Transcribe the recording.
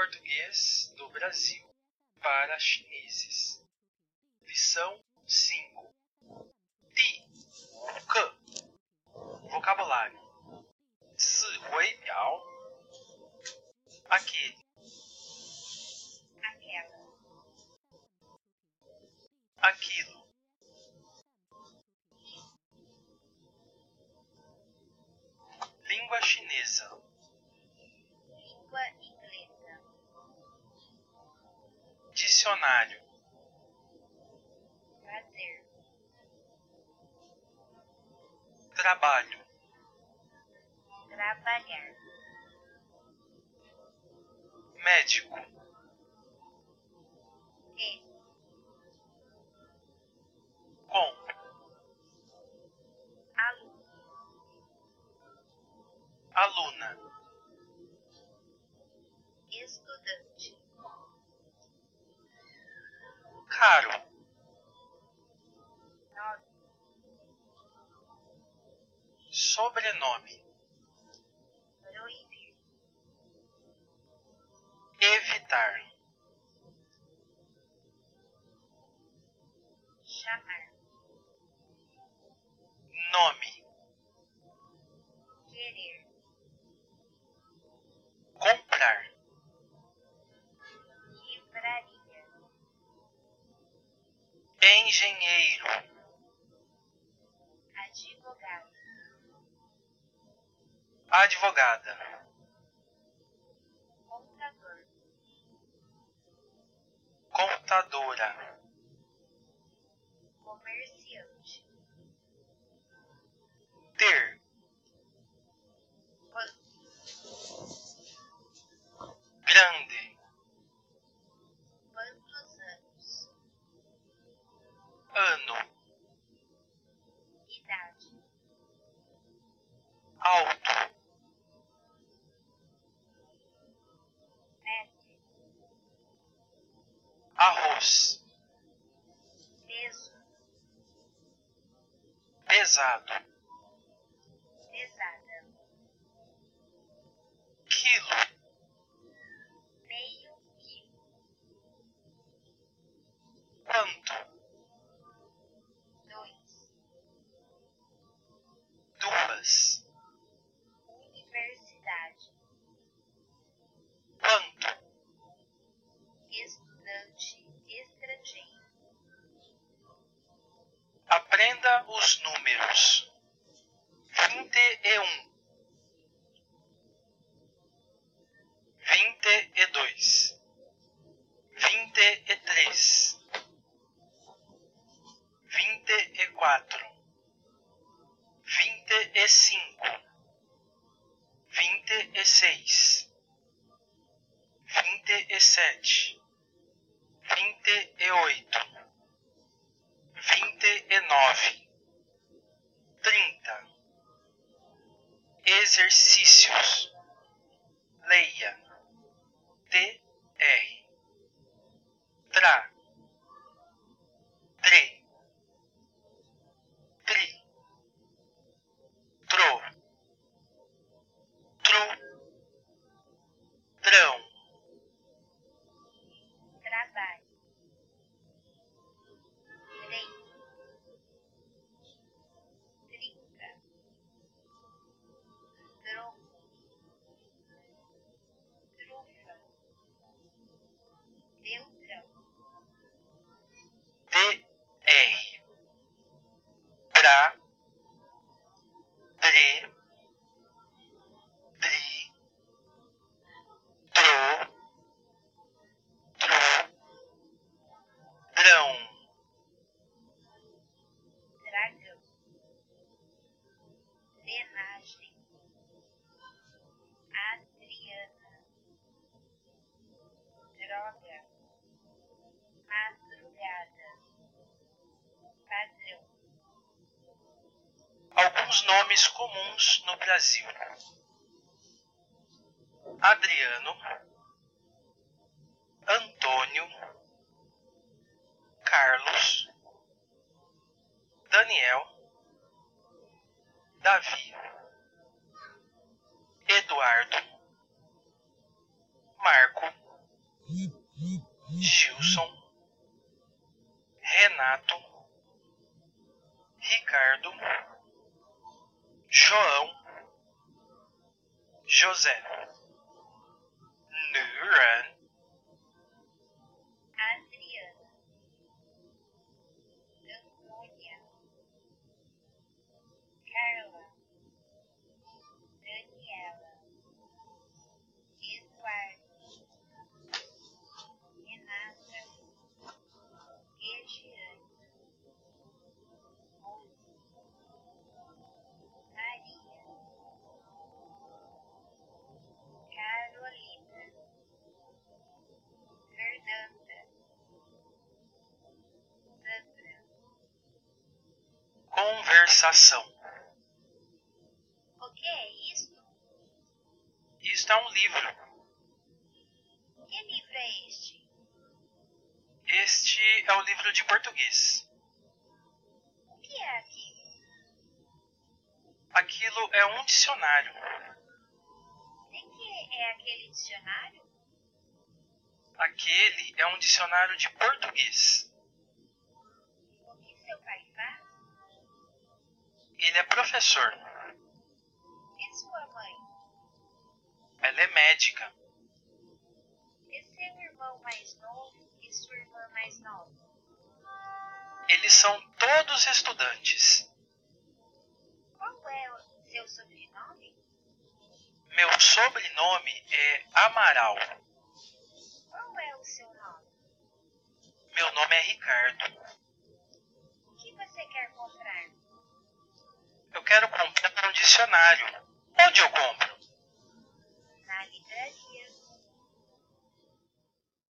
português do Brasil para chineses. Lição 5. Di. Ke. Vocabulário. Si Hui Biao. Aquele. aquela, Aquilo. Língua chinesa. língua inglesa, Dicionário. prazer, Trabalho. trabalhar, Médico. de, Com. aluno, Aluna. estudante, Caro. nome, Sobrenome. proibir, Evitar. chamar, Nome. querer, Comprar. livraria, Engenheiro. advogado, Advogada. contador, Contadora. comerciante, Ter. banco, Grande. quantos anos, Ano. idade, Alto. mestre, Arroz. peso, Pesado. pesada, Quilo. meio quilo, Quanto. dois, Duas. universidade, Quanto. estudante, estrangeiro, Aprenda os números. Vinte e um. Vinte e dois. Vinte e três. Vinte e quatro. Vinte e cinco. Vinte e seis. Vinte e sete. Vinte e oito vinte e nove, trinta, exercícios, leia, T, R, tra, tre, tri, tro, tru, trão, trabalho, trem, trinca, tronco, trufa, neutrão, DR. Pra. Dre. Dri. Tro. Tru. Drão. dragão, drenagem, Adriana, droga, madrugada, padrão. Alguns nomes comuns no Brasil. Adriano. Antônio. Carlos. Daniel. Davi. Eduardo. Marco. Gilson, Renato, Ricardo, João, José, Nuran, Adriana, Antônia, Carla, Daniela, Eduardo, Renata, Regiane, Rose, Maria, Carolina, Fernanda. Sandra, Conversação. o que é isso? Isto é um livro. Que livro é este? Este é o livro de português. O que é aquilo? Aquilo é um dicionário. De que é aquele dicionário? Aquele é um dicionário de português. O que seu pai faz? Ele é professor. E sua mãe? Ela é médica. E seu irmão mais novo e sua irmã mais nova? Eles são todos estudantes. Qual é o seu sobrenome? Meu sobrenome é Amaral. Qual é o seu nome? Meu nome é Ricardo. O que você quer comprar? Eu quero comprar um dicionário. Onde eu compro? Na livraria.